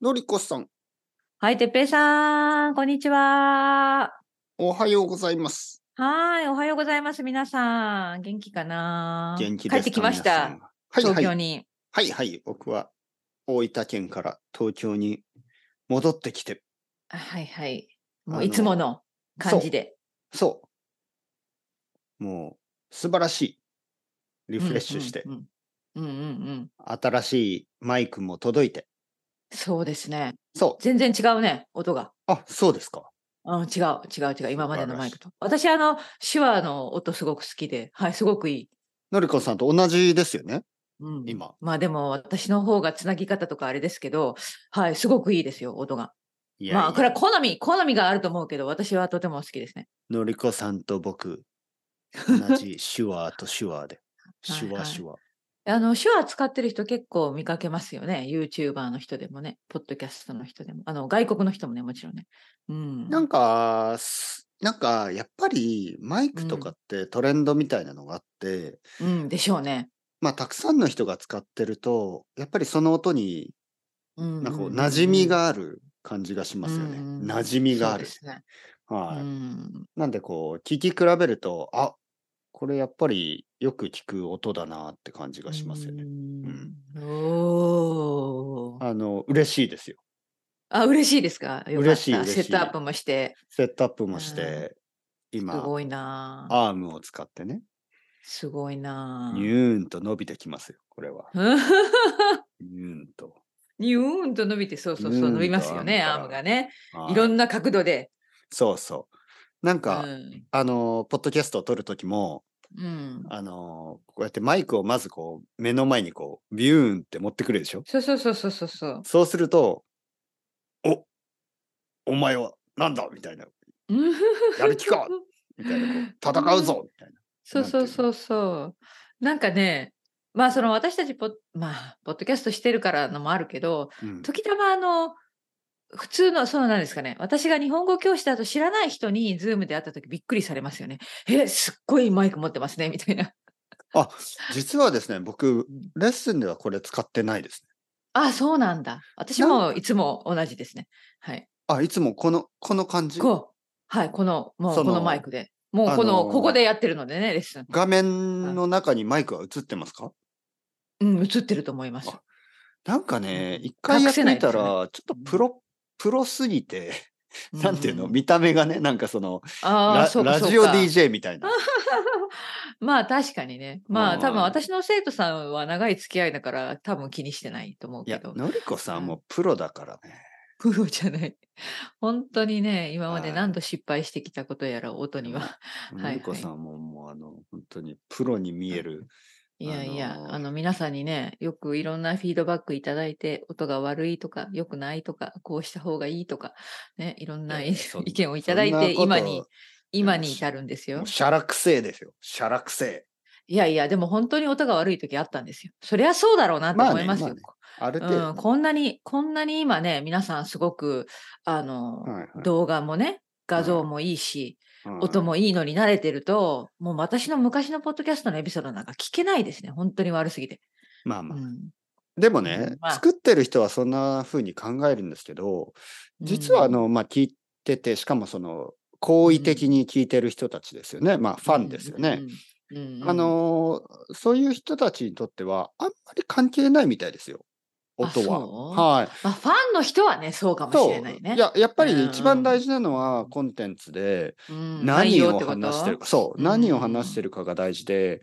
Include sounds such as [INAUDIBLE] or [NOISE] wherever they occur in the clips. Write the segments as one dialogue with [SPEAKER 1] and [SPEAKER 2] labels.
[SPEAKER 1] のりこさん、
[SPEAKER 2] はい、てっぺいさん、こんにちは。
[SPEAKER 1] おはようございます。
[SPEAKER 2] はーい、おはようございます。皆さん、元気かな
[SPEAKER 1] 元気ですか
[SPEAKER 2] 帰ってきまし。
[SPEAKER 1] 皆。さ
[SPEAKER 2] た
[SPEAKER 1] んは
[SPEAKER 2] 東
[SPEAKER 1] いは
[SPEAKER 2] 京
[SPEAKER 1] い。
[SPEAKER 2] に。
[SPEAKER 1] はいはい。僕は大分県から東京に戻ってきて。
[SPEAKER 2] あはいはい。
[SPEAKER 1] あ
[SPEAKER 2] も
[SPEAKER 1] の
[SPEAKER 2] ういつもの感じで。
[SPEAKER 1] そう。もう素晴らしい。リ
[SPEAKER 2] リ
[SPEAKER 1] フレッシュして、
[SPEAKER 2] うんうんうんうんうん。
[SPEAKER 1] 新しいマイクも届いて。
[SPEAKER 2] そうですね。
[SPEAKER 1] そう。
[SPEAKER 2] 全然違うね、音が。
[SPEAKER 1] あ、そうですか。
[SPEAKER 2] うん、違う違う違う今までの
[SPEAKER 1] 素晴らしい
[SPEAKER 2] マイクと私あの手話の音すごく好きではいすごくいい、
[SPEAKER 1] のりこさんと同じですよね。
[SPEAKER 2] うん、
[SPEAKER 1] 今
[SPEAKER 2] まあでも私の方がつなぎ方とかあれですけどはいすごくいいですよ音が
[SPEAKER 1] い
[SPEAKER 2] まあこれは好み好みがあると思うけど私はとても好きですね
[SPEAKER 1] のりこさんと僕、同じ手話と手話で。手
[SPEAKER 2] はいは
[SPEAKER 1] 話
[SPEAKER 2] い
[SPEAKER 1] 手話。
[SPEAKER 2] あの手話使ってる人結構見かけますよね YouTuber の人でもねポッドキャストの人でもあの外国の人もねもちろんねうん
[SPEAKER 1] なんか、すなんかやっぱりマイクとかってトレンドみたいなのがあって、
[SPEAKER 2] うんでしょうね
[SPEAKER 1] まあたくさんの人が使ってると、やっぱりその音に
[SPEAKER 2] うん
[SPEAKER 1] なんかこう
[SPEAKER 2] うん
[SPEAKER 1] 馴染みがある感じがしますよね。
[SPEAKER 2] うんうん
[SPEAKER 1] 馴染みがある。
[SPEAKER 2] そうですねう
[SPEAKER 1] はい、
[SPEAKER 2] ん
[SPEAKER 1] なんでこう聞き比べると、あこれやっぱりよく聞く音だなって感じがしますよね。
[SPEAKER 2] うんおー
[SPEAKER 1] あの、嬉しいですよ。
[SPEAKER 2] あ嬉しいですかよかっ
[SPEAKER 1] 嬉しい
[SPEAKER 2] た
[SPEAKER 1] 嬉しい
[SPEAKER 2] セットアップもして
[SPEAKER 1] セットアップもして、
[SPEAKER 2] す
[SPEAKER 1] 今、
[SPEAKER 2] ごいなあ
[SPEAKER 1] アームを使ってね、
[SPEAKER 2] すごいなあ
[SPEAKER 1] ニューンと伸びてきますよ、これは。
[SPEAKER 2] うん
[SPEAKER 1] ニューンと。
[SPEAKER 2] [LAUGHS] ニューンと伸びてそうそう
[SPEAKER 1] ニュ
[SPEAKER 2] そ
[SPEAKER 1] ーンと
[SPEAKER 2] う伸びますよね
[SPEAKER 1] アーム
[SPEAKER 2] ア
[SPEAKER 1] から
[SPEAKER 2] ームがね
[SPEAKER 1] はい
[SPEAKER 2] ろんな角度で
[SPEAKER 1] そうそう。なん
[SPEAKER 2] う
[SPEAKER 1] か、
[SPEAKER 2] ん
[SPEAKER 1] あのー、ポッドキャストを撮るときも、
[SPEAKER 2] うん
[SPEAKER 1] あのー、こうやってマイクをまずこう、目の前にこう、ビューンって持ってくるでしょ
[SPEAKER 2] そうそうそうそうそうそう
[SPEAKER 1] そうすると、おお前はなんだみたいな、
[SPEAKER 2] うん
[SPEAKER 1] やる気かみたいな、こう戦うぞみたいな。
[SPEAKER 2] [LAUGHS] そうそうそうそう。なんかね、まあその私たちポッ、まあ、ポッドキャストしてるからのもあるけど、
[SPEAKER 1] うん
[SPEAKER 2] 時たまあの、普通の、そうなんですかね。私が日本語教師だと知らない人に、ズームで会った時びっくりされますよね。え、すっごいマイク持ってますね、みたいな。
[SPEAKER 1] あ、実はですね、僕
[SPEAKER 2] うん、
[SPEAKER 1] レッスンではこれ使ってないですね。
[SPEAKER 2] あ、そうなんだ。私もいつも同じですね。はい。
[SPEAKER 1] あ、いつもこの、この感じ。
[SPEAKER 2] こう、はい、この、もう
[SPEAKER 1] そ
[SPEAKER 2] こ
[SPEAKER 1] の
[SPEAKER 2] のマイクで。もうこ
[SPEAKER 1] あの
[SPEAKER 2] の、
[SPEAKER 1] ー
[SPEAKER 2] ここでやってるのでね、レッスン。
[SPEAKER 1] 画面の中にマイクは映ってますか
[SPEAKER 2] うん、映ってると思います。
[SPEAKER 1] あなんかね、
[SPEAKER 2] うん
[SPEAKER 1] 一回やってみたら、
[SPEAKER 2] 隠せな
[SPEAKER 1] ちょっとプロ、プロすぎて、なんていうの、
[SPEAKER 2] ん
[SPEAKER 1] 見た目がね、なんかその、
[SPEAKER 2] あ
[SPEAKER 1] ラ
[SPEAKER 2] あ、そうか
[SPEAKER 1] ラ
[SPEAKER 2] そう
[SPEAKER 1] ジオ
[SPEAKER 2] か
[SPEAKER 1] DJ みたいな。
[SPEAKER 2] まあ確かにね。
[SPEAKER 1] う
[SPEAKER 2] まあ
[SPEAKER 1] ん
[SPEAKER 2] 多分私の生徒さんは長い付き合いだから多分気にしてないと思う
[SPEAKER 1] い
[SPEAKER 2] け
[SPEAKER 1] や、
[SPEAKER 2] ど。
[SPEAKER 1] のりこさ
[SPEAKER 2] うん
[SPEAKER 1] んもプロだからね。
[SPEAKER 2] プロじゃない。本当にね、今ま
[SPEAKER 1] は
[SPEAKER 2] で
[SPEAKER 1] い
[SPEAKER 2] 何度失敗してきたことやら音には。い
[SPEAKER 1] のりこさんも、もうあの、本当にプロに見える。
[SPEAKER 2] いやい
[SPEAKER 1] あ
[SPEAKER 2] や、
[SPEAKER 1] のー
[SPEAKER 2] あの皆さんにね、よくいろんなフィードバックいただいて、音が悪いとか、良くないとか、こうした方がいいとか、ね、いろんな
[SPEAKER 1] え
[SPEAKER 2] 意
[SPEAKER 1] そん
[SPEAKER 2] 見をいただい
[SPEAKER 1] そんな
[SPEAKER 2] て、
[SPEAKER 1] こと
[SPEAKER 2] 今に、今に
[SPEAKER 1] し
[SPEAKER 2] 至るんです
[SPEAKER 1] も
[SPEAKER 2] よ
[SPEAKER 1] う。しゃらくせえですよ。しゃらくせえ。
[SPEAKER 2] いやいや、でも本当に音が悪い時あったんですよ。そりゃそうだろうなと
[SPEAKER 1] まあ
[SPEAKER 2] 思
[SPEAKER 1] ね
[SPEAKER 2] いますよ。
[SPEAKER 1] まあねある程度。
[SPEAKER 2] うん、こんなに、こんなに今ね、皆さんすごく、あの、
[SPEAKER 1] はいはい
[SPEAKER 2] 動画もね、画像もいいし、
[SPEAKER 1] うん
[SPEAKER 2] 音もいいのに慣れてると、もう私の昔のポッドキャストのエピソードなんか聞けないですね。本当に悪すぎて。
[SPEAKER 1] まあ
[SPEAKER 2] う
[SPEAKER 1] まあ。
[SPEAKER 2] ん
[SPEAKER 1] でもね、
[SPEAKER 2] まあ
[SPEAKER 1] 作ってる人はそんな風に考えるんですけど、実はあ、の、まあ聞いてて、しかもその、好意的に聞いてる人たちですよね。まあ、ファンですよね。
[SPEAKER 2] うん。うんうん
[SPEAKER 1] あ、のーそういう人たちにとっては、あんまり関係ないみたいですよ、
[SPEAKER 2] あ
[SPEAKER 1] 音
[SPEAKER 2] そう
[SPEAKER 1] は。はい。
[SPEAKER 2] まあ、ファンの人はね、そうかもし
[SPEAKER 1] そう
[SPEAKER 2] れないね。
[SPEAKER 1] や、やっぱ
[SPEAKER 2] うんう
[SPEAKER 1] り
[SPEAKER 2] ん
[SPEAKER 1] 一番大事なのはコンテンツで、
[SPEAKER 2] うん内
[SPEAKER 1] 何
[SPEAKER 2] 容
[SPEAKER 1] を
[SPEAKER 2] ってこと
[SPEAKER 1] 話してるか、そう、何を話してるかが大事で、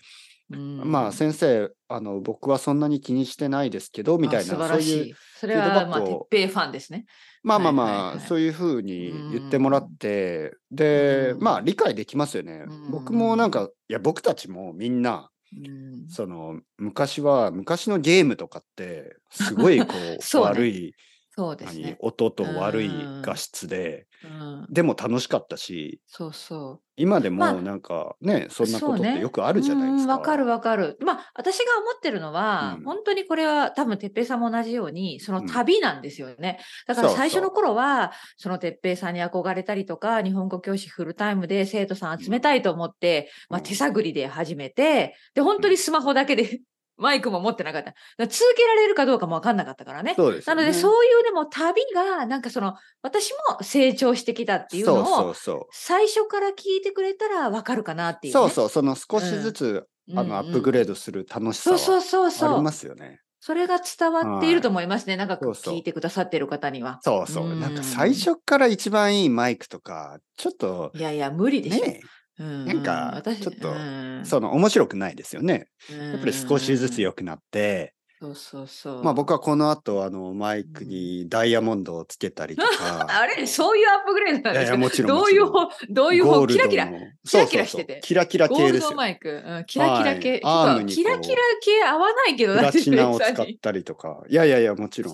[SPEAKER 2] うん
[SPEAKER 1] まあ、先生、あの、僕はそんなに気にしてないですけど、みたいな、
[SPEAKER 2] あ素晴
[SPEAKER 1] そう
[SPEAKER 2] らし
[SPEAKER 1] いう
[SPEAKER 2] い。、それは
[SPEAKER 1] フィードバッ
[SPEAKER 2] まあ、
[SPEAKER 1] クを
[SPEAKER 2] 鉄平ファンですね。
[SPEAKER 1] まあまあま
[SPEAKER 2] はい
[SPEAKER 1] あ、
[SPEAKER 2] はいはい
[SPEAKER 1] そういうふうに言ってもらって、で、
[SPEAKER 2] うん
[SPEAKER 1] まあ、理解できますよね。
[SPEAKER 2] うん
[SPEAKER 1] 僕もなんか、いや、僕たちもみんな、
[SPEAKER 2] うん
[SPEAKER 1] その昔は昔のゲームとかってすごいこう
[SPEAKER 2] [LAUGHS] そうね
[SPEAKER 1] 悪い
[SPEAKER 2] そうですね
[SPEAKER 1] 何。音と悪い
[SPEAKER 2] うん
[SPEAKER 1] 画質で
[SPEAKER 2] うん、
[SPEAKER 1] でも楽しかったし
[SPEAKER 2] そうそう。
[SPEAKER 1] 今で
[SPEAKER 2] まあ
[SPEAKER 1] もなんかねそんなことっ
[SPEAKER 2] そう
[SPEAKER 1] て
[SPEAKER 2] ね
[SPEAKER 1] よくあるじゃないですか。
[SPEAKER 2] うんわかるわかる。まあ私が思ってるのは、
[SPEAKER 1] うん
[SPEAKER 2] 本当にこれは多分哲平さんも同じようにそ
[SPEAKER 1] う
[SPEAKER 2] の
[SPEAKER 1] ん
[SPEAKER 2] 旅なんですよね。だから
[SPEAKER 1] そうそう
[SPEAKER 2] 最初の頃はその哲平さんに憧れたりとか日本語教師フルタイムで生徒さん集めたいと思って、
[SPEAKER 1] うん
[SPEAKER 2] まあ、
[SPEAKER 1] うん
[SPEAKER 2] 手探りで始めてで本当にスマホだけで [LAUGHS] マイクも持ってなかった。だから続けられるかどうかも分かんなかったからね。
[SPEAKER 1] そうです
[SPEAKER 2] な
[SPEAKER 1] よ
[SPEAKER 2] の
[SPEAKER 1] ね、
[SPEAKER 2] で、そういうでも旅が、なんかその、私も成長してきたっていうのを、
[SPEAKER 1] そうそう
[SPEAKER 2] 最初から聞いてくれたら分かるかなって
[SPEAKER 1] そう
[SPEAKER 2] いう、ね。
[SPEAKER 1] そうそうその少しずつ、あのアップグレードする楽しさ
[SPEAKER 2] そうそう
[SPEAKER 1] は
[SPEAKER 2] そうそう。
[SPEAKER 1] ありますよね。
[SPEAKER 2] それが伝わっていると思いますね。なんか
[SPEAKER 1] そうそう
[SPEAKER 2] 聞いてくださってる方には。
[SPEAKER 1] そうそう
[SPEAKER 2] う。ん
[SPEAKER 1] なんか最初から一番いいマイクとか、ちょっと
[SPEAKER 2] いやいや、無理でしょ。
[SPEAKER 1] ね、
[SPEAKER 2] うん
[SPEAKER 1] なんか
[SPEAKER 2] 私
[SPEAKER 1] ちょっと
[SPEAKER 2] うん
[SPEAKER 1] その面白くないですよね。
[SPEAKER 2] うん
[SPEAKER 1] やっぱり少しずつ良くなって、
[SPEAKER 2] そうそうそう。
[SPEAKER 1] まあ僕はこの後、あの、マイクにダイヤモンドをつけたりとか、
[SPEAKER 2] [LAUGHS] あれそういうアップグレードなん
[SPEAKER 1] いや
[SPEAKER 2] で
[SPEAKER 1] い
[SPEAKER 2] す
[SPEAKER 1] や、
[SPEAKER 2] か
[SPEAKER 1] もちろん。
[SPEAKER 2] どういう
[SPEAKER 1] もちろん
[SPEAKER 2] 方、どういう方、キラキラ。
[SPEAKER 1] の
[SPEAKER 2] キラキラし
[SPEAKER 1] そうそ
[SPEAKER 2] てて
[SPEAKER 1] うそうキラキラ
[SPEAKER 2] ゴー
[SPEAKER 1] 系
[SPEAKER 2] ル
[SPEAKER 1] です
[SPEAKER 2] ド
[SPEAKER 1] よ。
[SPEAKER 2] マイク。うん、キラキラ系。
[SPEAKER 1] はい
[SPEAKER 2] ちょっと
[SPEAKER 1] アームにこう
[SPEAKER 2] キラキラ系合わないけど
[SPEAKER 1] プラチナを
[SPEAKER 2] テレ
[SPEAKER 1] 使
[SPEAKER 2] ビさ
[SPEAKER 1] っ
[SPEAKER 2] んに
[SPEAKER 1] たりとか。いやいやいや、もちろん。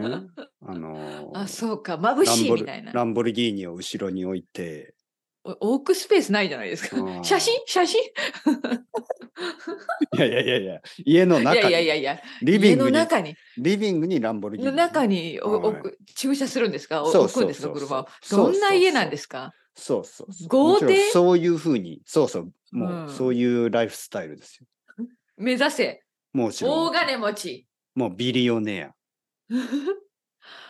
[SPEAKER 1] ね、あのー
[SPEAKER 2] あ、そうか。眩
[SPEAKER 1] ラン
[SPEAKER 2] しい
[SPEAKER 1] ボ
[SPEAKER 2] み
[SPEAKER 1] ル
[SPEAKER 2] たいな。
[SPEAKER 1] ランボルギーニを後ろに置いて、
[SPEAKER 2] お置くスペースないじゃないですか
[SPEAKER 1] う。ん
[SPEAKER 2] 写真写真
[SPEAKER 1] いやいやいやいや、家の
[SPEAKER 2] い
[SPEAKER 1] 中に、
[SPEAKER 2] やいやいやいや。
[SPEAKER 1] リビング
[SPEAKER 2] 家の
[SPEAKER 1] に、
[SPEAKER 2] 中に、
[SPEAKER 1] リビングにランボルギー
[SPEAKER 2] の
[SPEAKER 1] ニ。
[SPEAKER 2] 中にお
[SPEAKER 1] はい
[SPEAKER 2] 置く、駐車するんですかお
[SPEAKER 1] そう
[SPEAKER 2] 置くんです
[SPEAKER 1] そ
[SPEAKER 2] か
[SPEAKER 1] うそう
[SPEAKER 2] 車を。
[SPEAKER 1] そう
[SPEAKER 2] どんな家なん
[SPEAKER 1] そうそうそう
[SPEAKER 2] ですか
[SPEAKER 1] そうそうそう。
[SPEAKER 2] 豪邸
[SPEAKER 1] もちろんそういうふうに、そうそう、も
[SPEAKER 2] うん
[SPEAKER 1] うそういうライフスタイルですよ。
[SPEAKER 2] 目指せ、
[SPEAKER 1] もちろ
[SPEAKER 2] 大
[SPEAKER 1] ん、
[SPEAKER 2] 金
[SPEAKER 1] [LAUGHS]
[SPEAKER 2] 持ち。
[SPEAKER 1] もうビリオネア。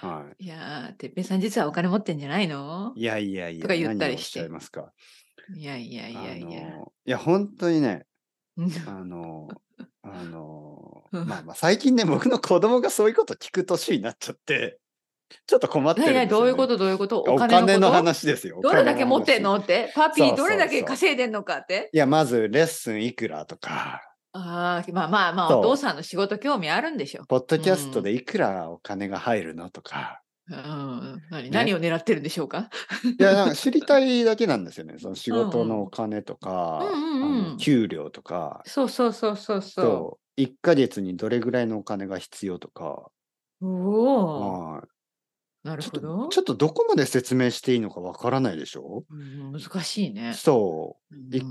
[SPEAKER 1] はい
[SPEAKER 2] やー、てっぺいさん実はお金持ってんじゃないの
[SPEAKER 1] い。いやいやいや、
[SPEAKER 2] とか言ったりして
[SPEAKER 1] 何をおっしゃいますか。
[SPEAKER 2] いやいやいやいや。
[SPEAKER 1] あのいや、本当にね、
[SPEAKER 2] うん
[SPEAKER 1] あ
[SPEAKER 2] [LAUGHS]
[SPEAKER 1] の、あの、
[SPEAKER 2] うん
[SPEAKER 1] まあまあ、最近ね、僕の子供がそういうこと聞く年になっちゃって、ちょっと困ってるんで
[SPEAKER 2] 何
[SPEAKER 1] すよ、
[SPEAKER 2] 々
[SPEAKER 1] ね。
[SPEAKER 2] どういうことどういうこと
[SPEAKER 1] お金の
[SPEAKER 2] こと
[SPEAKER 1] 話ですよ。お
[SPEAKER 2] ど
[SPEAKER 1] 金
[SPEAKER 2] れ
[SPEAKER 1] の
[SPEAKER 2] だけ持ってん
[SPEAKER 1] 話
[SPEAKER 2] のってパピ
[SPEAKER 1] そ
[SPEAKER 2] ー
[SPEAKER 1] うそうそ
[SPEAKER 2] ど
[SPEAKER 1] う
[SPEAKER 2] れだけ稼いでんのかって
[SPEAKER 1] いや、まずレッスンいくらとか、
[SPEAKER 2] ああまあまあまあ
[SPEAKER 1] そう
[SPEAKER 2] お父さんの仕事興味あるんでしょ
[SPEAKER 1] ポッドキャストでいくらお金が入るのとか、
[SPEAKER 2] うんうん何,、
[SPEAKER 1] ね
[SPEAKER 2] 何を狙ってるんでしょうか
[SPEAKER 1] いや、なんか知りたいだけなんですよね。その仕事
[SPEAKER 2] うんうん
[SPEAKER 1] のお金とか、
[SPEAKER 2] うんうんうん
[SPEAKER 1] あの給料とか、
[SPEAKER 2] そうそうそうそうそ
[SPEAKER 1] そう、1ヶ月にどれぐらいのお金が必要とか、
[SPEAKER 2] うおお
[SPEAKER 1] はい
[SPEAKER 2] なる
[SPEAKER 1] ちょっ
[SPEAKER 2] ほ
[SPEAKER 1] と
[SPEAKER 2] ど
[SPEAKER 1] ちょっとどこまで説明していいのかわからないでしょ
[SPEAKER 2] うん難しいね
[SPEAKER 1] そうい
[SPEAKER 2] ん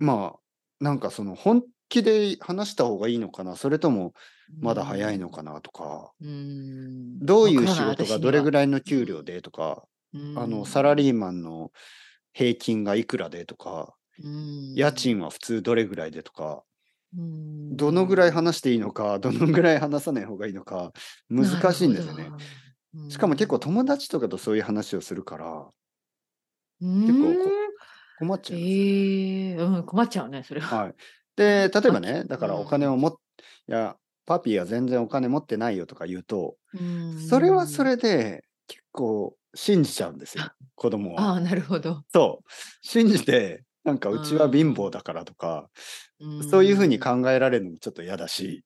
[SPEAKER 1] う、まあ、なんかその本気で話した方がいいのかな、それともまだ早いのかなとか、
[SPEAKER 2] うん
[SPEAKER 1] どういう仕事がどれぐ
[SPEAKER 2] らい
[SPEAKER 1] らいの給料でとか、あのサラリーマンの平均がいくらでとか、家賃は普通どれぐらいでとか、どのぐらい話していいのか、どのぐらい話さない方がいいのか、難しいんですよね。しかも結構友達とかとそういう話をするから、
[SPEAKER 2] 結
[SPEAKER 1] 構こう困っちゃうんですよ。
[SPEAKER 2] ええうん、困っちゃうね、それは。
[SPEAKER 1] はい、で、例えば
[SPEAKER 2] あ
[SPEAKER 1] ね、
[SPEAKER 2] き
[SPEAKER 1] だから
[SPEAKER 2] うん
[SPEAKER 1] お金を持っ、いや、パピーは全然お金持ってないよとか言うと、
[SPEAKER 2] うん
[SPEAKER 1] それはそ。れで結構信じちゃうんですよ、 [LAUGHS] 子供は。
[SPEAKER 2] ああ、なるほど。
[SPEAKER 1] そう。信じて、なんかうちは貧乏だからとか、そういうふうに考えられるのもちょっと嫌だし、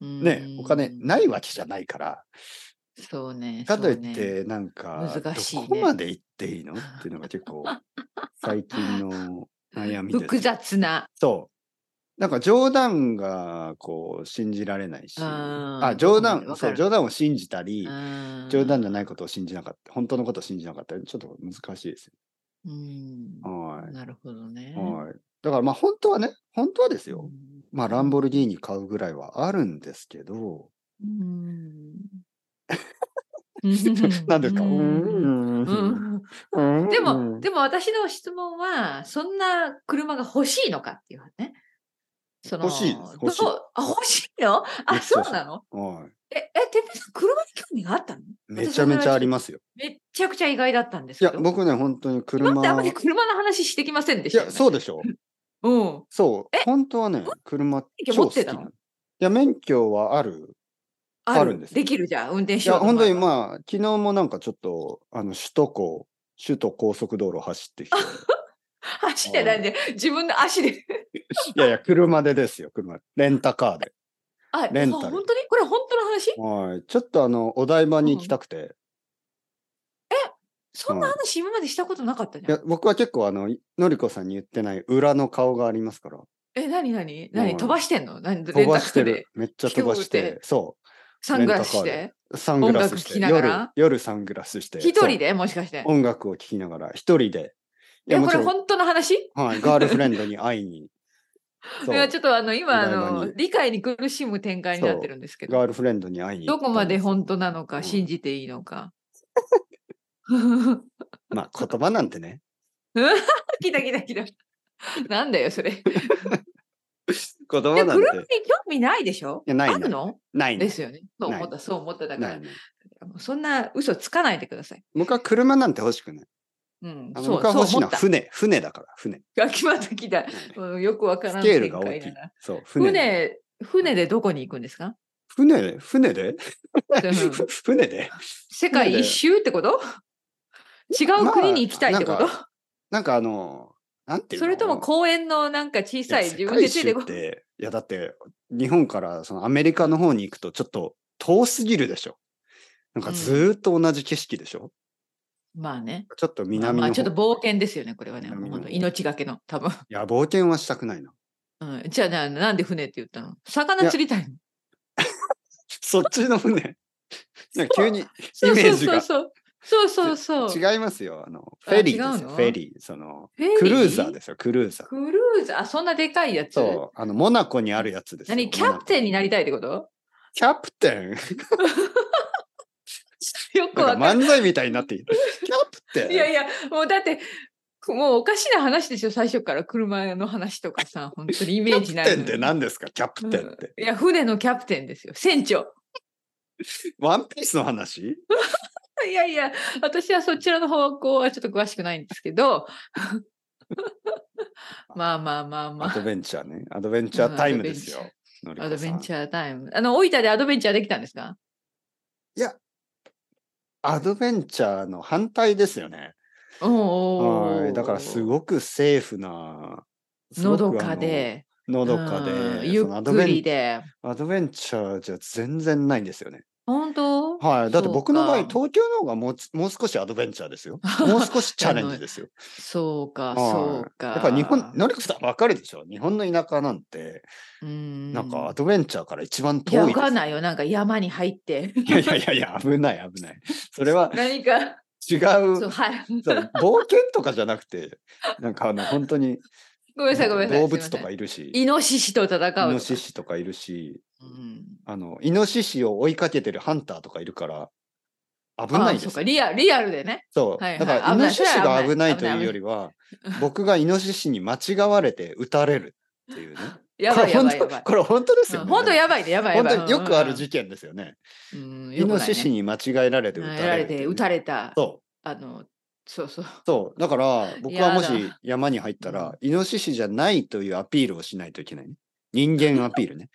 [SPEAKER 2] うん
[SPEAKER 1] ね、お金
[SPEAKER 2] うん
[SPEAKER 1] ないわけじゃないから、
[SPEAKER 2] そうね。
[SPEAKER 1] かといっ
[SPEAKER 2] そうね、
[SPEAKER 1] て、なんか、
[SPEAKER 2] 難しいね
[SPEAKER 1] どこまで行っていいのっていうのが結構、最近
[SPEAKER 2] [LAUGHS]
[SPEAKER 1] の悩み
[SPEAKER 2] 複
[SPEAKER 1] です。
[SPEAKER 2] 雑な。
[SPEAKER 1] そう。なんか冗談が、こう、信じられないし、
[SPEAKER 2] うん
[SPEAKER 1] あ、冗
[SPEAKER 2] わか
[SPEAKER 1] 談、
[SPEAKER 2] るわか
[SPEAKER 1] そう、
[SPEAKER 2] る
[SPEAKER 1] 冗談を信じたり、冗
[SPEAKER 2] 冗
[SPEAKER 1] 談じゃないことを信じなかった、本当のことを信じなかったり、ちょっと難しいです
[SPEAKER 2] うん
[SPEAKER 1] よ。。はい。
[SPEAKER 2] なるほどね。
[SPEAKER 1] はい。だからまあ本当はね、本当はですよ。まあランボルギーニ買うぐらいはあるんですけど、
[SPEAKER 2] うん。
[SPEAKER 1] なんですか。う
[SPEAKER 2] うん
[SPEAKER 1] ん
[SPEAKER 2] うん
[SPEAKER 1] うん
[SPEAKER 2] で
[SPEAKER 1] う
[SPEAKER 2] も、
[SPEAKER 1] ん
[SPEAKER 2] でも私の質問は、そんな車が欲しいのかっていうね。その
[SPEAKER 1] 欲しいです欲しい
[SPEAKER 2] どうあ、欲しいの
[SPEAKER 1] めっ
[SPEAKER 2] あ、
[SPEAKER 1] ちゃ
[SPEAKER 2] そ
[SPEAKER 1] 欲しいう
[SPEAKER 2] なの
[SPEAKER 1] はい
[SPEAKER 2] え、え、てっぺいさん、車に興味があったの
[SPEAKER 1] めちゃめちゃありますよ。
[SPEAKER 2] めっちゃくちゃ意外だったんです
[SPEAKER 1] い
[SPEAKER 2] けど。
[SPEAKER 1] や、僕ね、本当に
[SPEAKER 2] 今
[SPEAKER 1] 車
[SPEAKER 2] まであんま
[SPEAKER 1] い
[SPEAKER 2] り車の話してきませんでしたよ、
[SPEAKER 1] や、
[SPEAKER 2] ね。
[SPEAKER 1] そうでしょ。
[SPEAKER 2] うん。
[SPEAKER 1] そう。本当はね、車
[SPEAKER 2] 免許
[SPEAKER 1] 超
[SPEAKER 2] 持
[SPEAKER 1] 好
[SPEAKER 2] っ
[SPEAKER 1] き
[SPEAKER 2] て
[SPEAKER 1] な
[SPEAKER 2] た
[SPEAKER 1] の。
[SPEAKER 2] の
[SPEAKER 1] いや、免許はある。
[SPEAKER 2] ある
[SPEAKER 1] あるんですよ
[SPEAKER 2] できるじゃん、運転
[SPEAKER 1] い
[SPEAKER 2] しよ
[SPEAKER 1] や、
[SPEAKER 2] うと
[SPEAKER 1] 本当に
[SPEAKER 2] あ。
[SPEAKER 1] まあ、昨日もなんかちょっと、あの、首都高、首都高速道路走ってき
[SPEAKER 2] [LAUGHS]
[SPEAKER 1] て。
[SPEAKER 2] 走ってないんで、自分の足で。
[SPEAKER 1] いやいや、車でですよ、車で。レンタカーで。
[SPEAKER 2] あ、
[SPEAKER 1] レンタル
[SPEAKER 2] あ本当にこれ本当の話
[SPEAKER 1] はい。ちょっとあの、お台場に行きたくて。
[SPEAKER 2] そんな話今までしたことなかったじ
[SPEAKER 1] い
[SPEAKER 2] ゃん。
[SPEAKER 1] や、僕は結構あの、いのりこさんに言ってない裏の顔がありますから。
[SPEAKER 2] え、なになに
[SPEAKER 1] う
[SPEAKER 2] なんに飛ばしてんの何
[SPEAKER 1] 飛ばして。
[SPEAKER 2] レンタカーで
[SPEAKER 1] る。めっちゃ飛ばし
[SPEAKER 2] 飛行機
[SPEAKER 1] て。そ
[SPEAKER 2] サングラ
[SPEAKER 1] レンタカ
[SPEAKER 2] スし
[SPEAKER 1] ー
[SPEAKER 2] て。
[SPEAKER 1] う。サングラ
[SPEAKER 2] 音
[SPEAKER 1] ス
[SPEAKER 2] 楽
[SPEAKER 1] し
[SPEAKER 2] 聴き
[SPEAKER 1] て。
[SPEAKER 2] ながら
[SPEAKER 1] 夜、夜サングラスして。
[SPEAKER 2] 一
[SPEAKER 1] そう
[SPEAKER 2] 人でもしかして。
[SPEAKER 1] 音楽を聴きながら、一人で。い
[SPEAKER 2] いや、これ
[SPEAKER 1] ん、
[SPEAKER 2] 本当の話
[SPEAKER 1] はい。ガールフレンドに会い
[SPEAKER 2] [LAUGHS]
[SPEAKER 1] に。
[SPEAKER 2] い
[SPEAKER 1] そう。
[SPEAKER 2] や、ちょっとあの、今、あ
[SPEAKER 1] お台場
[SPEAKER 2] の、
[SPEAKER 1] に
[SPEAKER 2] 理解に苦しむ展開になってるんですけ
[SPEAKER 1] ガ
[SPEAKER 2] ど、
[SPEAKER 1] ールフレンドに会いに行
[SPEAKER 2] ど
[SPEAKER 1] ったんす。
[SPEAKER 2] こまで本当なの
[SPEAKER 1] う
[SPEAKER 2] か、
[SPEAKER 1] ん
[SPEAKER 2] 信じていい
[SPEAKER 1] [LAUGHS]
[SPEAKER 2] のか。
[SPEAKER 1] まあ、言葉なんてね。
[SPEAKER 2] 来た来た来た。なんだよ、それ。
[SPEAKER 1] 子
[SPEAKER 2] で
[SPEAKER 1] 供
[SPEAKER 2] グ
[SPEAKER 1] なん
[SPEAKER 2] ループ
[SPEAKER 1] て
[SPEAKER 2] に。興味ないでしょ
[SPEAKER 1] いやない
[SPEAKER 2] あるの
[SPEAKER 1] ない
[SPEAKER 2] で
[SPEAKER 1] ね。
[SPEAKER 2] すよね。そう思った、そう思っただか
[SPEAKER 1] な
[SPEAKER 2] ら
[SPEAKER 1] い、ね。
[SPEAKER 2] そんな嘘つかないでください。
[SPEAKER 1] 僕は車なんて欲しくない。
[SPEAKER 2] うん、
[SPEAKER 1] あの
[SPEAKER 2] そう
[SPEAKER 1] 僕は
[SPEAKER 2] そう
[SPEAKER 1] 欲しい
[SPEAKER 2] 思
[SPEAKER 1] のは
[SPEAKER 2] った。
[SPEAKER 1] 船、船だから、船。
[SPEAKER 2] 秋また来た。うんよくわからん
[SPEAKER 1] スケールが
[SPEAKER 2] 展
[SPEAKER 1] 大
[SPEAKER 2] 開
[SPEAKER 1] きい
[SPEAKER 2] だな。
[SPEAKER 1] そう、船。
[SPEAKER 2] 船、船でどこに行くんですか
[SPEAKER 1] 船、船で
[SPEAKER 2] うん
[SPEAKER 1] [LAUGHS] 船で
[SPEAKER 2] 世界一周ってこと違う国に行きたいってこと、
[SPEAKER 1] まなんかあの、なんていうの
[SPEAKER 2] それとも公園のなんか小
[SPEAKER 1] い
[SPEAKER 2] さ
[SPEAKER 1] や
[SPEAKER 2] い
[SPEAKER 1] 世界
[SPEAKER 2] 自分でつい
[SPEAKER 1] 一
[SPEAKER 2] て
[SPEAKER 1] 周
[SPEAKER 2] こ
[SPEAKER 1] って、いやだって、日本からそのアメリカの方に行くとちょっと遠すぎるでしょ。なんかずーっと同じ景色でしょ、
[SPEAKER 2] まあね。
[SPEAKER 1] ちょっと
[SPEAKER 2] まあ、
[SPEAKER 1] 南の
[SPEAKER 2] まあ
[SPEAKER 1] 方
[SPEAKER 2] ちょっと冒険ですよね、これはね。
[SPEAKER 1] 南の方
[SPEAKER 2] 本当命がけの、多分。
[SPEAKER 1] いや、冒険はしたくないな。
[SPEAKER 2] うん、じゃあな、なんで船って言ったの魚釣り
[SPEAKER 1] [LAUGHS]
[SPEAKER 2] たいの
[SPEAKER 1] そっちの
[SPEAKER 2] [LAUGHS]
[SPEAKER 1] 船。なんか急にイ
[SPEAKER 2] そう
[SPEAKER 1] メー
[SPEAKER 2] そう
[SPEAKER 1] ジ
[SPEAKER 2] そ
[SPEAKER 1] が
[SPEAKER 2] うそう。そうそうそう。
[SPEAKER 1] 違いますよ。あの、
[SPEAKER 2] あ
[SPEAKER 1] フェリーで
[SPEAKER 2] 違
[SPEAKER 1] す
[SPEAKER 2] う
[SPEAKER 1] よ。
[SPEAKER 2] の
[SPEAKER 1] フェリー。その、
[SPEAKER 2] フェリ
[SPEAKER 1] クルーザーですよ、クルーザー。
[SPEAKER 2] クルーザー、あそんなでかいやつ
[SPEAKER 1] そう、あの、モナコにあるやつですよ。
[SPEAKER 2] 何キャプテンになりたいってこと
[SPEAKER 1] キャプテン
[SPEAKER 2] よく
[SPEAKER 1] な
[SPEAKER 2] わ
[SPEAKER 1] ん
[SPEAKER 2] か
[SPEAKER 1] か
[SPEAKER 2] ん
[SPEAKER 1] 漫才みたいにな
[SPEAKER 2] [LAUGHS]
[SPEAKER 1] っている。キャプテン
[SPEAKER 2] いやいや、もうだって、もうおかしな話ですよ、最初から車の話と
[SPEAKER 1] [LAUGHS]
[SPEAKER 2] かさ、本当にイメージない
[SPEAKER 1] キャプテン
[SPEAKER 2] のに。
[SPEAKER 1] って何ですかキャプテンって。
[SPEAKER 2] いや、船のキャプテンですよ、船長。
[SPEAKER 1] ワンピースの話
[SPEAKER 2] いやいや、私はそちらの方向はちょっと詳しくないんです
[SPEAKER 1] [LAUGHS]
[SPEAKER 2] けど、まあまあまあま
[SPEAKER 1] アド
[SPEAKER 2] あ、
[SPEAKER 1] ベンチャーね。アドベンチャータイムですよ。
[SPEAKER 2] アドベンチ
[SPEAKER 1] ャー。
[SPEAKER 2] ャータイム。あの、大分でアドベンチャーできたんですか
[SPEAKER 1] アドベンチャーの反対ですよね。
[SPEAKER 2] おーおー
[SPEAKER 1] はい。だからすごくセーフな。す
[SPEAKER 2] の
[SPEAKER 1] ごく
[SPEAKER 2] どかで、
[SPEAKER 1] あの。のどかで。
[SPEAKER 2] うんゆ
[SPEAKER 1] そのア
[SPEAKER 2] っ
[SPEAKER 1] ドベ
[SPEAKER 2] く
[SPEAKER 1] ン
[SPEAKER 2] りで。
[SPEAKER 1] アドベンチャーじゃ全然ないんですよね。
[SPEAKER 2] 本当
[SPEAKER 1] はい。だって僕の場合、
[SPEAKER 2] そうか
[SPEAKER 1] 東京の方がもうつもう少しアドベンチャーですよ。
[SPEAKER 2] [LAUGHS]
[SPEAKER 1] もう少しチャレンジですよ。
[SPEAKER 2] そう
[SPEAKER 1] は
[SPEAKER 2] か、
[SPEAKER 1] い
[SPEAKER 2] そうか。
[SPEAKER 1] やっぱ日本、のりこさんわかるでしょ日本の田舎なんて、
[SPEAKER 2] うん
[SPEAKER 1] なんかアドベンチャーから一番
[SPEAKER 2] い
[SPEAKER 1] 遠い
[SPEAKER 2] や、わ
[SPEAKER 1] です。
[SPEAKER 2] かんないよ。なんか山に入
[SPEAKER 1] [LAUGHS]
[SPEAKER 2] って。
[SPEAKER 1] いやいやいやいや、危ない危ない。それは
[SPEAKER 2] 何か、
[SPEAKER 1] 違う、
[SPEAKER 2] そう、はい。
[SPEAKER 1] そう冒険とかじゃなくて、なんかあの、本当に
[SPEAKER 2] ごめんなさい、ごめんなさい。
[SPEAKER 1] 動物とか
[SPEAKER 2] すいま
[SPEAKER 1] いるし、
[SPEAKER 2] せんイノシシと戦うとか。
[SPEAKER 1] イノシシとかいるし、
[SPEAKER 2] うん。
[SPEAKER 1] あの、イノシシを追いかけてるハンターとかいるから、危
[SPEAKER 2] あ
[SPEAKER 1] な
[SPEAKER 2] あ
[SPEAKER 1] いで
[SPEAKER 2] そう
[SPEAKER 1] す
[SPEAKER 2] か、リアリアルでね。
[SPEAKER 1] そう、
[SPEAKER 2] はいはい
[SPEAKER 1] だからイノシシが危ない
[SPEAKER 2] 危
[SPEAKER 1] と
[SPEAKER 2] ない
[SPEAKER 1] いうよりは、僕がイノシシに間違われて撃たれるっていうね。
[SPEAKER 2] [LAUGHS] やばいやばいや
[SPEAKER 1] これ
[SPEAKER 2] ばい
[SPEAKER 1] 本当。これ本当 [LAUGHS] ですよ
[SPEAKER 2] うん
[SPEAKER 1] ね。
[SPEAKER 2] 本当やばいね、やばいやばい。
[SPEAKER 1] 本当によくある事件ですよね。
[SPEAKER 2] 件。うん
[SPEAKER 1] イノシシ
[SPEAKER 2] に
[SPEAKER 1] に間違えられて撃
[SPEAKER 2] や
[SPEAKER 1] た
[SPEAKER 2] ら
[SPEAKER 1] れる
[SPEAKER 2] れ
[SPEAKER 1] って
[SPEAKER 2] て
[SPEAKER 1] いうね、
[SPEAKER 2] 撃たれた。
[SPEAKER 1] そう
[SPEAKER 2] あの、そうそう。
[SPEAKER 1] そうだから僕はもし
[SPEAKER 2] やだ
[SPEAKER 1] 山に入ったら、イノシシじゃないというアピールをしないといけない、ね、人間アピールね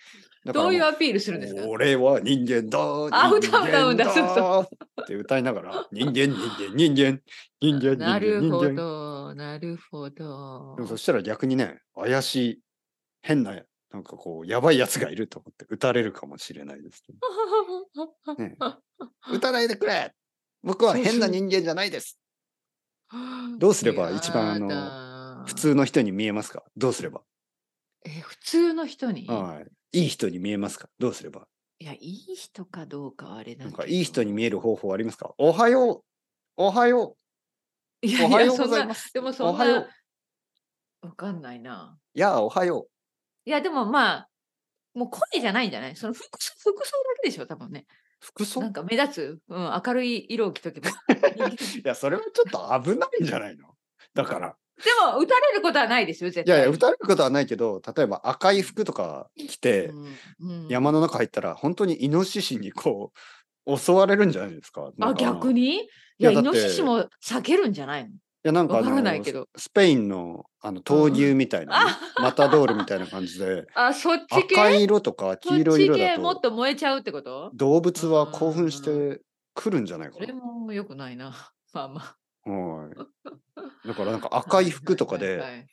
[SPEAKER 1] だから
[SPEAKER 2] [LAUGHS] ど
[SPEAKER 1] も
[SPEAKER 2] ういうアピールするんですか
[SPEAKER 1] 俺は人間だ
[SPEAKER 2] あ
[SPEAKER 1] 人間
[SPEAKER 2] 歌う歌う歌うそうそ
[SPEAKER 1] って歌いながら人間人間人間人間人
[SPEAKER 2] な
[SPEAKER 1] 間
[SPEAKER 2] る
[SPEAKER 1] 人
[SPEAKER 2] ほ
[SPEAKER 1] 間
[SPEAKER 2] ど、なるほど
[SPEAKER 1] で
[SPEAKER 2] [LAUGHS]
[SPEAKER 1] も。そしたら逆にね、怪しい、変な、なんかこう、やばいやつがいると思って、撃たれるかもしれないです
[SPEAKER 2] [LAUGHS]
[SPEAKER 1] ね、ね撃たないでくれ僕は
[SPEAKER 2] そう
[SPEAKER 1] 変な
[SPEAKER 2] そう
[SPEAKER 1] 人間じゃないですどうすれば一番あの
[SPEAKER 2] の
[SPEAKER 1] 普通の人に見えますかどうすれば、
[SPEAKER 2] え普通の人に、
[SPEAKER 1] はい、いい人に見えますかどうすれば
[SPEAKER 2] い、やいい人かどうかはあれだ
[SPEAKER 1] な
[SPEAKER 2] け
[SPEAKER 1] ん
[SPEAKER 2] ど
[SPEAKER 1] かいい人に見える方法ありますかおはようおはよ
[SPEAKER 2] いうや
[SPEAKER 1] お
[SPEAKER 2] い
[SPEAKER 1] は
[SPEAKER 2] や
[SPEAKER 1] よう
[SPEAKER 2] そ
[SPEAKER 1] ご
[SPEAKER 2] ん
[SPEAKER 1] ざい
[SPEAKER 2] な
[SPEAKER 1] ます
[SPEAKER 2] でもそ
[SPEAKER 1] お
[SPEAKER 2] ん
[SPEAKER 1] はよ
[SPEAKER 2] な
[SPEAKER 1] う
[SPEAKER 2] わかんないな
[SPEAKER 1] やあおはよ
[SPEAKER 2] いやでもまあもう声じゃないんじゃないその服装服装だけでしょ多分ね
[SPEAKER 1] う服装
[SPEAKER 2] なんか目立つ、うん、明るい色を着とけ
[SPEAKER 1] [LAUGHS]
[SPEAKER 2] ば [LAUGHS]
[SPEAKER 1] いや、それはちょっと危ないんじゃないのだから。
[SPEAKER 2] でも打たれることはないですよ絶
[SPEAKER 1] いや
[SPEAKER 2] 対
[SPEAKER 1] いや、撃たれることはないけど、例えば赤い服とか着て、
[SPEAKER 2] うんうん
[SPEAKER 1] 山の中入ったら本当にイノシシにこう襲われるんじゃないですか。な
[SPEAKER 2] あ
[SPEAKER 1] んかの
[SPEAKER 2] 逆
[SPEAKER 1] い
[SPEAKER 2] にいや
[SPEAKER 1] いや
[SPEAKER 2] イ
[SPEAKER 1] だっ
[SPEAKER 2] ノ
[SPEAKER 1] て
[SPEAKER 2] シシも避けるんじゃないの
[SPEAKER 1] やなんかあ
[SPEAKER 2] わからない
[SPEAKER 1] の
[SPEAKER 2] けど
[SPEAKER 1] スペインのあの闘牛みたいなね、マタドールみたいな感じで
[SPEAKER 2] あそっち系
[SPEAKER 1] 赤い色とか黄色い色
[SPEAKER 2] そっち系
[SPEAKER 1] だ
[SPEAKER 2] もっ
[SPEAKER 1] と
[SPEAKER 2] と燃えちゃうってこと
[SPEAKER 1] 動物は興奮し
[SPEAKER 2] う
[SPEAKER 1] てくるんじゃないか
[SPEAKER 2] それ
[SPEAKER 1] な。
[SPEAKER 2] も良くないな。 [LAUGHS] まあまあ。 [LAUGHS]
[SPEAKER 1] はい。だからなんか赤い服とか
[SPEAKER 2] はい
[SPEAKER 1] で
[SPEAKER 2] は、いはい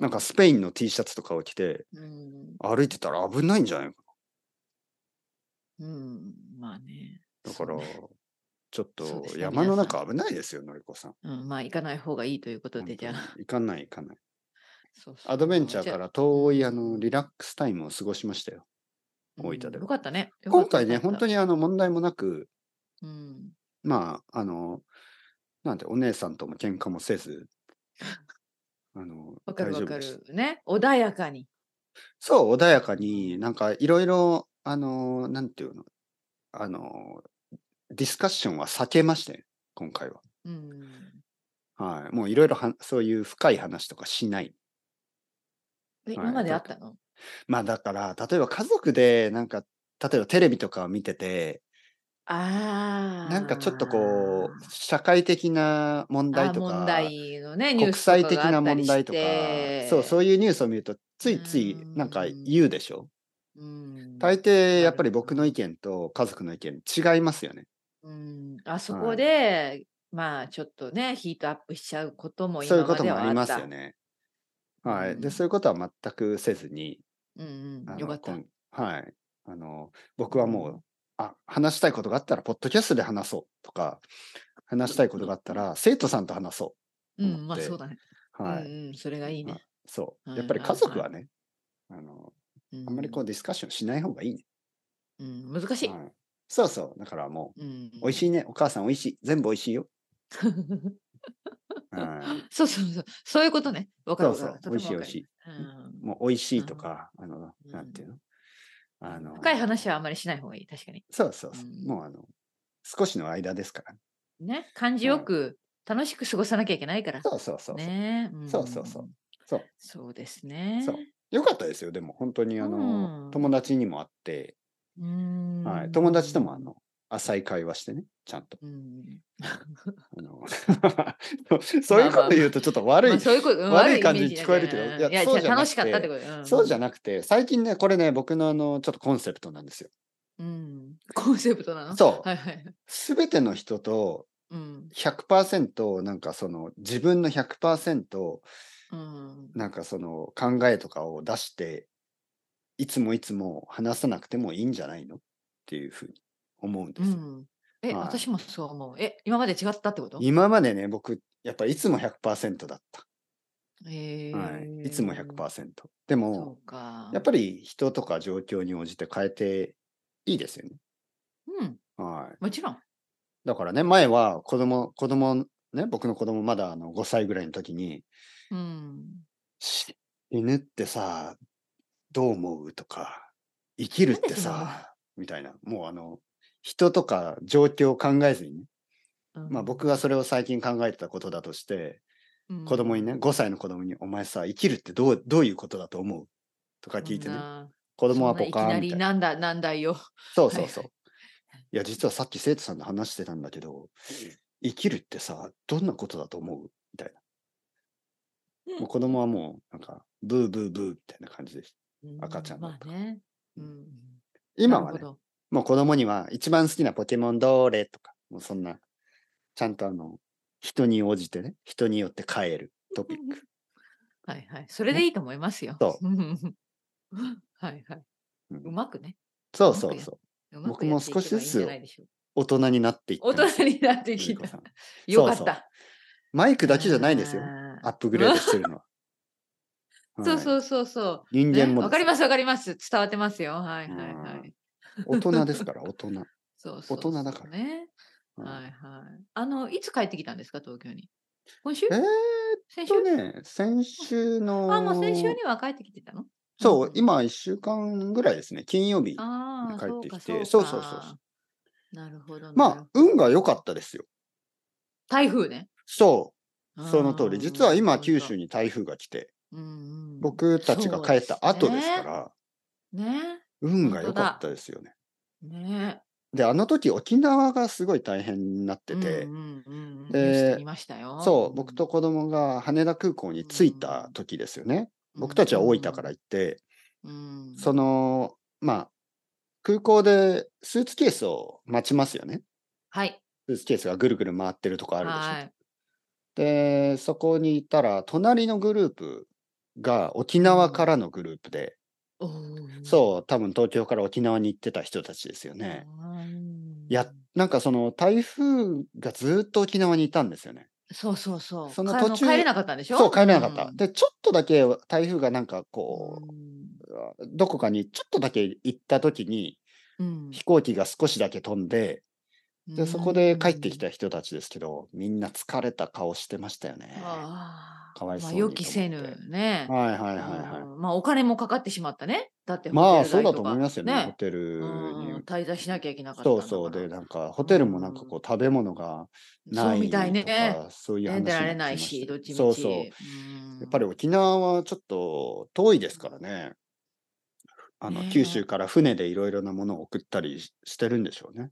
[SPEAKER 1] なんか、スペインの T シャツとかを着て
[SPEAKER 2] うん
[SPEAKER 1] 歩いてたら危ないんじゃないか
[SPEAKER 2] うん、うんまあね。
[SPEAKER 1] な。だから
[SPEAKER 2] そうね、
[SPEAKER 1] ちょっ
[SPEAKER 2] そう
[SPEAKER 1] と
[SPEAKER 2] ですね
[SPEAKER 1] 山の
[SPEAKER 2] 皆さ
[SPEAKER 1] 中危ないですよ、のりこさん。
[SPEAKER 2] うん、まあ行かない方がいいということ
[SPEAKER 1] 本当
[SPEAKER 2] で、
[SPEAKER 1] に
[SPEAKER 2] じゃあ。
[SPEAKER 1] 行かない行かない。
[SPEAKER 2] [LAUGHS] そうそう
[SPEAKER 1] アドベンチャー
[SPEAKER 2] じゃ
[SPEAKER 1] か
[SPEAKER 2] あ
[SPEAKER 1] ら遠いあ
[SPEAKER 2] う
[SPEAKER 1] の
[SPEAKER 2] ん
[SPEAKER 1] リラックスタイムを過ごしましたよ。大分では
[SPEAKER 2] うんよかったね。
[SPEAKER 1] 今回ね、本当
[SPEAKER 2] に。
[SPEAKER 1] にあの問題もなく、
[SPEAKER 2] うん
[SPEAKER 1] まあ、あの、なんて、お姉さんとも喧嘩もせず、あの、
[SPEAKER 2] わかるわか
[SPEAKER 1] でした。
[SPEAKER 2] る。ね。穏やかに。
[SPEAKER 1] そう、穏やかに、なんかいろいろ、あの、なんていうの、あの、ディスカッションは避けましたよ、今回は。
[SPEAKER 2] うん。
[SPEAKER 1] はい。もういろいろは、そういう深い話とかしない。はい
[SPEAKER 2] え今まであったの
[SPEAKER 1] まあだから、例えば家族で、なんか、例えばテレビとかを見てて、
[SPEAKER 2] ああ。
[SPEAKER 1] なんかちょっとこう、社会的な問題と
[SPEAKER 2] あ問
[SPEAKER 1] か、
[SPEAKER 2] 題のね、ニュー
[SPEAKER 1] 国
[SPEAKER 2] スとか
[SPEAKER 1] 際的な問題とか
[SPEAKER 2] があったりして、
[SPEAKER 1] そう、そういうニュースを見ると、ついついなんか言うでしょ
[SPEAKER 2] うん
[SPEAKER 1] 大抵やっぱり
[SPEAKER 2] なるほ
[SPEAKER 1] 僕
[SPEAKER 2] ど
[SPEAKER 1] の意見と家族の意見違いますよね。
[SPEAKER 2] うん、あそこで、まあちょっとね、ヒートアップしちゃうことも
[SPEAKER 1] そういうこ
[SPEAKER 2] 今ま
[SPEAKER 1] と
[SPEAKER 2] で
[SPEAKER 1] も
[SPEAKER 2] は
[SPEAKER 1] あ
[SPEAKER 2] あ
[SPEAKER 1] り
[SPEAKER 2] っ
[SPEAKER 1] ま
[SPEAKER 2] た。
[SPEAKER 1] すよね。は
[SPEAKER 2] う
[SPEAKER 1] い。
[SPEAKER 2] ん
[SPEAKER 1] で、そういうことは全くせずに、
[SPEAKER 2] うん
[SPEAKER 1] あ
[SPEAKER 2] うん、
[SPEAKER 1] の
[SPEAKER 2] よかった
[SPEAKER 1] こ。んはい。あの、僕はもう、あ、話したいことがあったら、ポッドキャストで話そうとか、話したいことがあったら、生徒さんと話そ
[SPEAKER 2] うん、
[SPEAKER 1] 思
[SPEAKER 2] まあ
[SPEAKER 1] って
[SPEAKER 2] そうだね。
[SPEAKER 1] う。はい。
[SPEAKER 2] うんうん、それがいいね
[SPEAKER 1] あ。そう。
[SPEAKER 2] はい
[SPEAKER 1] やっぱり家族はね、あの、あんまりこう
[SPEAKER 2] う、
[SPEAKER 1] ディスカッションしない方がいいね。
[SPEAKER 2] うん、難しい。
[SPEAKER 1] はいそうそう。だからもう、
[SPEAKER 2] うん、
[SPEAKER 1] 美味
[SPEAKER 2] い。
[SPEAKER 1] しいね。お母さん美味しい。全部美味しいよ。はい
[SPEAKER 2] [LAUGHS] そうそうそう。そういうことね。わか
[SPEAKER 1] そ
[SPEAKER 2] る
[SPEAKER 1] う
[SPEAKER 2] わか
[SPEAKER 1] そう
[SPEAKER 2] る。。
[SPEAKER 1] 美味しい美味し
[SPEAKER 2] い。
[SPEAKER 1] い。
[SPEAKER 2] うん
[SPEAKER 1] もう美味しいとか、あの、
[SPEAKER 2] うん
[SPEAKER 1] なんていうのあの、
[SPEAKER 2] 深い話はあんまりしない方がいい、確かに。
[SPEAKER 1] そうそうそうう。
[SPEAKER 2] ん
[SPEAKER 1] もうあの、少しの間ですから。
[SPEAKER 2] ね、感じよく楽しく過ごさなきゃいけないから。
[SPEAKER 1] そうそうそうそう。
[SPEAKER 2] ね、ん
[SPEAKER 1] そうそうそう。そう。
[SPEAKER 2] そうですね。
[SPEAKER 1] そうよかったですよ。でも本当にあ
[SPEAKER 2] う
[SPEAKER 1] の、
[SPEAKER 2] ん
[SPEAKER 1] 友達にも会って、
[SPEAKER 2] うーん
[SPEAKER 1] はい。友達ともあ。の、浅い会話してね、ちゃんと。
[SPEAKER 2] うん
[SPEAKER 1] あの
[SPEAKER 2] [LAUGHS]
[SPEAKER 1] そういうこと言うとちょっと悪い、
[SPEAKER 2] まあそういうこと
[SPEAKER 1] 悪い感じ
[SPEAKER 2] イメージ
[SPEAKER 1] に聞こえるけど
[SPEAKER 2] だね
[SPEAKER 1] いや
[SPEAKER 2] いや
[SPEAKER 1] そうじゃなくて
[SPEAKER 2] じゃあ楽しかったってことだよ。
[SPEAKER 1] そうじゃ
[SPEAKER 2] ん。
[SPEAKER 1] なくて、最近ね、これね、僕のあの、ちょっとコンセプトなんですよ。
[SPEAKER 2] うん。コンセプトなの。
[SPEAKER 1] そう
[SPEAKER 2] はいはい。
[SPEAKER 1] すべての人と
[SPEAKER 2] うん。
[SPEAKER 1] 100%なんかその自分の100%
[SPEAKER 2] うん。
[SPEAKER 1] なんかその考えとかを出して、いつもいつも話さなくてもいいんじゃないのっていうふうに思うんで
[SPEAKER 2] う
[SPEAKER 1] すよ。
[SPEAKER 2] ん。え、
[SPEAKER 1] はい
[SPEAKER 2] 私もそう思う。え、今まで違ったってこと。
[SPEAKER 1] 今までね、僕、やっぱりいつも100%だった。
[SPEAKER 2] え
[SPEAKER 1] はい、
[SPEAKER 2] ー
[SPEAKER 1] いつも100%。でも
[SPEAKER 2] そ、うか。
[SPEAKER 1] やっぱり人とか状況に応じて変えていいですよね。
[SPEAKER 2] うん。
[SPEAKER 1] はい。
[SPEAKER 2] もちろん。
[SPEAKER 1] だからね、前は子供、子供、ね、僕の子供まだあの5歳ぐらいの時に、
[SPEAKER 2] うん。
[SPEAKER 1] し犬ってさ、どう思うとか、生きるって
[SPEAKER 2] なんで
[SPEAKER 1] さ、みたいな、もうあの、人とか状況を考えずにね、まあ僕がそれを最近考えてたことだとして、
[SPEAKER 2] うん、
[SPEAKER 1] 子供にね、5歳の子供に、お前さ、生きるってどう、どういうことだと思うとか
[SPEAKER 2] そんな、
[SPEAKER 1] 聞いてね、
[SPEAKER 2] 子
[SPEAKER 1] 子供はポカーンみた
[SPEAKER 2] いきなり
[SPEAKER 1] いな。
[SPEAKER 2] なんだ、なんだよ。
[SPEAKER 1] そうそう
[SPEAKER 2] は
[SPEAKER 1] そ。
[SPEAKER 2] いう
[SPEAKER 1] いや、実はさっき生徒さんと話してたんだけど、生きるってさ、どんなことだと思うみたいな。もう子供はもう、なんか、ブーブーブーみたいな感じです。赤ちゃんだ
[SPEAKER 2] ま
[SPEAKER 1] った
[SPEAKER 2] あね。
[SPEAKER 1] う
[SPEAKER 2] うんん。
[SPEAKER 1] 今は
[SPEAKER 2] な
[SPEAKER 1] ね
[SPEAKER 2] る、ほど
[SPEAKER 1] もう子供には一番好きなポケモンどれとか、もうそんな、ちゃんとあの、人に応じてね、人によって変えるトピック。
[SPEAKER 2] はいはい。それでいいと思いますよ。
[SPEAKER 1] そ
[SPEAKER 2] はいはい。
[SPEAKER 1] うん
[SPEAKER 2] うまくね。
[SPEAKER 1] そうそうそう。
[SPEAKER 2] うま
[SPEAKER 1] 僕
[SPEAKER 2] くや
[SPEAKER 1] も
[SPEAKER 2] っていけば
[SPEAKER 1] 少しずつ
[SPEAKER 2] いいんじゃないでしょう
[SPEAKER 1] 大人になっていった
[SPEAKER 2] 大
[SPEAKER 1] んです
[SPEAKER 2] 人になってき
[SPEAKER 1] ゆりこ
[SPEAKER 2] た
[SPEAKER 1] さ。ん
[SPEAKER 2] よかっ
[SPEAKER 1] そうそう
[SPEAKER 2] た。
[SPEAKER 1] マイクだけじゃないですよ。ア
[SPEAKER 2] あ
[SPEAKER 1] ップグレードしてるのは。
[SPEAKER 2] ー [LAUGHS] そう
[SPEAKER 1] う。
[SPEAKER 2] そうそうそう。
[SPEAKER 1] 人間
[SPEAKER 2] ね
[SPEAKER 1] も
[SPEAKER 2] わ、
[SPEAKER 1] で
[SPEAKER 2] かりますわかります。伝わってますよ。はいはいは
[SPEAKER 1] う
[SPEAKER 2] い。
[SPEAKER 1] 大人ですから、大
[SPEAKER 2] [LAUGHS]
[SPEAKER 1] 人。
[SPEAKER 2] そうそう
[SPEAKER 1] 大人だから
[SPEAKER 2] そうね。
[SPEAKER 1] うん
[SPEAKER 2] はいはい。あの、いつ帰ってきたんですか、東京に。今週
[SPEAKER 1] えーっ
[SPEAKER 2] 先週
[SPEAKER 1] とね、先週の。
[SPEAKER 2] あ、もう先週には帰ってきてたの
[SPEAKER 1] そう、
[SPEAKER 2] ん
[SPEAKER 1] 今1週間ぐらいですね、金曜日。
[SPEAKER 2] ああ、
[SPEAKER 1] 帰ってきて
[SPEAKER 2] そうか
[SPEAKER 1] そうそう
[SPEAKER 2] か
[SPEAKER 1] そうそ
[SPEAKER 2] なるほど。なる
[SPEAKER 1] まあ
[SPEAKER 2] ほ、ど
[SPEAKER 1] 運が良かったですよ。
[SPEAKER 2] 台風ね。
[SPEAKER 1] そう、その通り。実は今、九州
[SPEAKER 2] に、
[SPEAKER 1] に台風が来て、
[SPEAKER 2] うんうん
[SPEAKER 1] 僕たちが帰った後ですから、
[SPEAKER 2] ね
[SPEAKER 1] 運が良かったですよね。
[SPEAKER 2] ね
[SPEAKER 1] で、あの時、沖縄がすごい大変になってて、
[SPEAKER 2] うんうんうん、
[SPEAKER 1] で
[SPEAKER 2] ニュース見ましたよ。
[SPEAKER 1] そう、僕と子供が羽田空港に着いた時ですよね。僕たちは大分から行って、
[SPEAKER 2] うん、うん、
[SPEAKER 1] その、まあ、空港でスーツケースを待ちますよね。
[SPEAKER 2] はい。
[SPEAKER 1] スーツケースがぐるぐる回ってるとこあるでしょ。
[SPEAKER 2] はい
[SPEAKER 1] で、そこにいたら、隣のグループが沖縄からのグループで、
[SPEAKER 2] おー
[SPEAKER 1] そう、多分東京から沖縄に行ってた人たちですよね。
[SPEAKER 2] うん
[SPEAKER 1] やなんかその台風がずっと沖縄にいたんですよね。
[SPEAKER 2] そうそうそう。
[SPEAKER 1] その
[SPEAKER 2] か
[SPEAKER 1] 途中
[SPEAKER 2] あ帰れなかったんでしょ
[SPEAKER 1] そう、帰れなかった。
[SPEAKER 2] うん
[SPEAKER 1] で、ちょっとだけ台風がなんかこう、どこかにちょっとだけ行った時に、
[SPEAKER 2] うん
[SPEAKER 1] 飛行機が少しだけ飛んで、
[SPEAKER 2] うん
[SPEAKER 1] で、そこで帰ってき
[SPEAKER 2] うん
[SPEAKER 1] た人たちですけど、みんな疲れた顔してましたよね。は
[SPEAKER 2] あー
[SPEAKER 1] かわいそう
[SPEAKER 2] ま
[SPEAKER 1] に
[SPEAKER 2] あ、予期せ
[SPEAKER 1] と思
[SPEAKER 2] ぬね
[SPEAKER 1] い。はいはいはい。
[SPEAKER 2] うんまあお金もかかってしまったね。だって
[SPEAKER 1] まあ
[SPEAKER 2] ホテ
[SPEAKER 1] そう
[SPEAKER 2] ル
[SPEAKER 1] だ
[SPEAKER 2] 代と
[SPEAKER 1] と
[SPEAKER 2] か
[SPEAKER 1] 思いますよね、ホ
[SPEAKER 2] ね
[SPEAKER 1] テル
[SPEAKER 2] うんうん
[SPEAKER 1] に。
[SPEAKER 2] 滞在しなきゃいけなかったん
[SPEAKER 1] そ
[SPEAKER 2] だ
[SPEAKER 1] う
[SPEAKER 2] から。
[SPEAKER 1] そう、で、なんかホテルもなんかこう食べ物がな
[SPEAKER 2] そう
[SPEAKER 1] い
[SPEAKER 2] み
[SPEAKER 1] と
[SPEAKER 2] たいね。
[SPEAKER 1] か、そういう話
[SPEAKER 2] ね
[SPEAKER 1] に
[SPEAKER 2] 出
[SPEAKER 1] な
[SPEAKER 2] られ
[SPEAKER 1] って
[SPEAKER 2] ない
[SPEAKER 1] ました
[SPEAKER 2] し、
[SPEAKER 1] よ
[SPEAKER 2] どっちみち。
[SPEAKER 1] そうそう。やっぱり沖縄はちょっと遠いですからね。あの
[SPEAKER 2] ねえ
[SPEAKER 1] 九州から船でいろいろなものを送ったりししてるんでしょうね。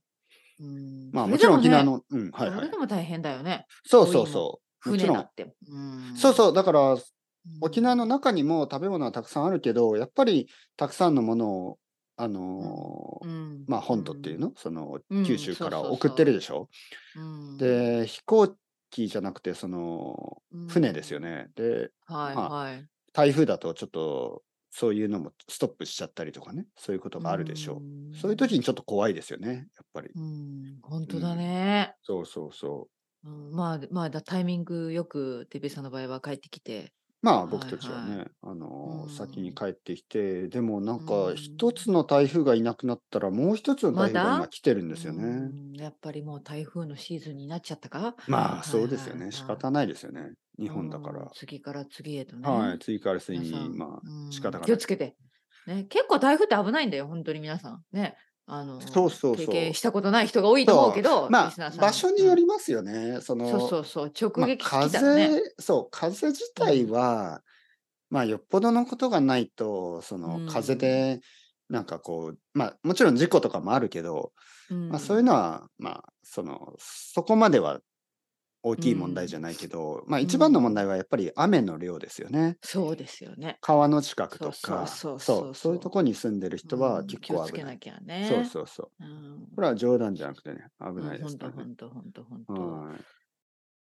[SPEAKER 2] うん
[SPEAKER 1] まあ
[SPEAKER 2] それ
[SPEAKER 1] もちろん沖
[SPEAKER 2] で
[SPEAKER 1] 縄の、うん、
[SPEAKER 2] ね
[SPEAKER 1] はい
[SPEAKER 2] そ
[SPEAKER 1] は
[SPEAKER 2] れ
[SPEAKER 1] い
[SPEAKER 2] で。も大変だよね。
[SPEAKER 1] そうそうそう。も
[SPEAKER 2] 船
[SPEAKER 1] ち
[SPEAKER 2] だ
[SPEAKER 1] ろん
[SPEAKER 2] っ。て。うん
[SPEAKER 1] そうそう、だから
[SPEAKER 2] うん
[SPEAKER 1] 沖縄の中にも食べ物はたくさんあるけど、やっぱりたくさんのものを、あのー
[SPEAKER 2] うん
[SPEAKER 1] まあ本土っていうの、その
[SPEAKER 2] うん
[SPEAKER 1] 九州から
[SPEAKER 2] そうそうそう
[SPEAKER 1] 送ってるでしょ。
[SPEAKER 2] うん
[SPEAKER 1] で、飛行機じゃなくて、その船ですよ。ね。で、
[SPEAKER 2] うんはい
[SPEAKER 1] まあ
[SPEAKER 2] はい。
[SPEAKER 1] 台風だとちょっとそういうのもストップしちゃったりとかね、そういうことがあるでしょう。そういう時にちょっと怖いですよね、やっぱり。
[SPEAKER 2] うん、本当だね。
[SPEAKER 1] そうそうそう。
[SPEAKER 2] うんまあ、まあ、だタイミングよく、てべさんの場合は帰ってきて。
[SPEAKER 1] ま
[SPEAKER 2] は
[SPEAKER 1] あ
[SPEAKER 2] い
[SPEAKER 1] 僕たちはね、あの
[SPEAKER 2] うん
[SPEAKER 1] 先に帰ってきて、でもなん
[SPEAKER 2] う
[SPEAKER 1] か
[SPEAKER 2] ん
[SPEAKER 1] 一つの台風がいなくなったらもう一つの台風
[SPEAKER 2] ま
[SPEAKER 1] が
[SPEAKER 2] だ
[SPEAKER 1] 今来てるんですよね。
[SPEAKER 2] うんやっぱりもう台風のシーズンになっちゃったか
[SPEAKER 1] ま
[SPEAKER 2] は
[SPEAKER 1] あ
[SPEAKER 2] い
[SPEAKER 1] そうですよ
[SPEAKER 2] はいは
[SPEAKER 1] ね。
[SPEAKER 2] い
[SPEAKER 1] 仕方ないですよね。日本だか
[SPEAKER 2] うん
[SPEAKER 1] ら。
[SPEAKER 2] 次から次へとね。
[SPEAKER 1] はい。次から次
[SPEAKER 2] 皆さ
[SPEAKER 1] に、
[SPEAKER 2] ん
[SPEAKER 1] まあ
[SPEAKER 2] うん
[SPEAKER 1] 仕方がない
[SPEAKER 2] 気をつけて。ね、結構台風って危ないんだよ、本当に皆さん。ね。あの
[SPEAKER 1] そうそうそう
[SPEAKER 2] 経験したことない人が多いと思うけど、
[SPEAKER 1] ま
[SPEAKER 2] リスナー
[SPEAKER 1] あ
[SPEAKER 2] さん
[SPEAKER 1] 場所によりますよね。そ
[SPEAKER 2] うん
[SPEAKER 1] の、
[SPEAKER 2] そうそうそう、直
[SPEAKER 1] まあ
[SPEAKER 2] 撃してきたらね。
[SPEAKER 1] 風、そう、風自体は、まあよっぽどのことがないと、その風
[SPEAKER 2] うん
[SPEAKER 1] で、なんかこう、まあもちろん事故とかもあるけど、まあ、そういう
[SPEAKER 2] の
[SPEAKER 1] のは、まあ、その、そこまでは大きい問題じゃないけど、まあ、一番の問題はやっぱり雨の量ですよね。
[SPEAKER 2] そうですよね。
[SPEAKER 1] 川の近くとか、
[SPEAKER 2] そうそうそう
[SPEAKER 1] そ
[SPEAKER 2] そうう
[SPEAKER 1] そういうとこに住んでる人
[SPEAKER 2] う
[SPEAKER 1] は
[SPEAKER 2] ん
[SPEAKER 1] 結
[SPEAKER 2] 気を
[SPEAKER 1] 構
[SPEAKER 2] つ
[SPEAKER 1] 危
[SPEAKER 2] け
[SPEAKER 1] な。
[SPEAKER 2] ないきゃね。
[SPEAKER 1] そうそうそう。
[SPEAKER 2] うん
[SPEAKER 1] これは冗談じゃなくてね、危
[SPEAKER 2] うん。
[SPEAKER 1] ないで
[SPEAKER 2] ほ
[SPEAKER 1] す
[SPEAKER 2] ん
[SPEAKER 1] か
[SPEAKER 2] と
[SPEAKER 1] ら
[SPEAKER 2] ほ
[SPEAKER 1] ね。
[SPEAKER 2] んとほんとほんと。
[SPEAKER 1] はい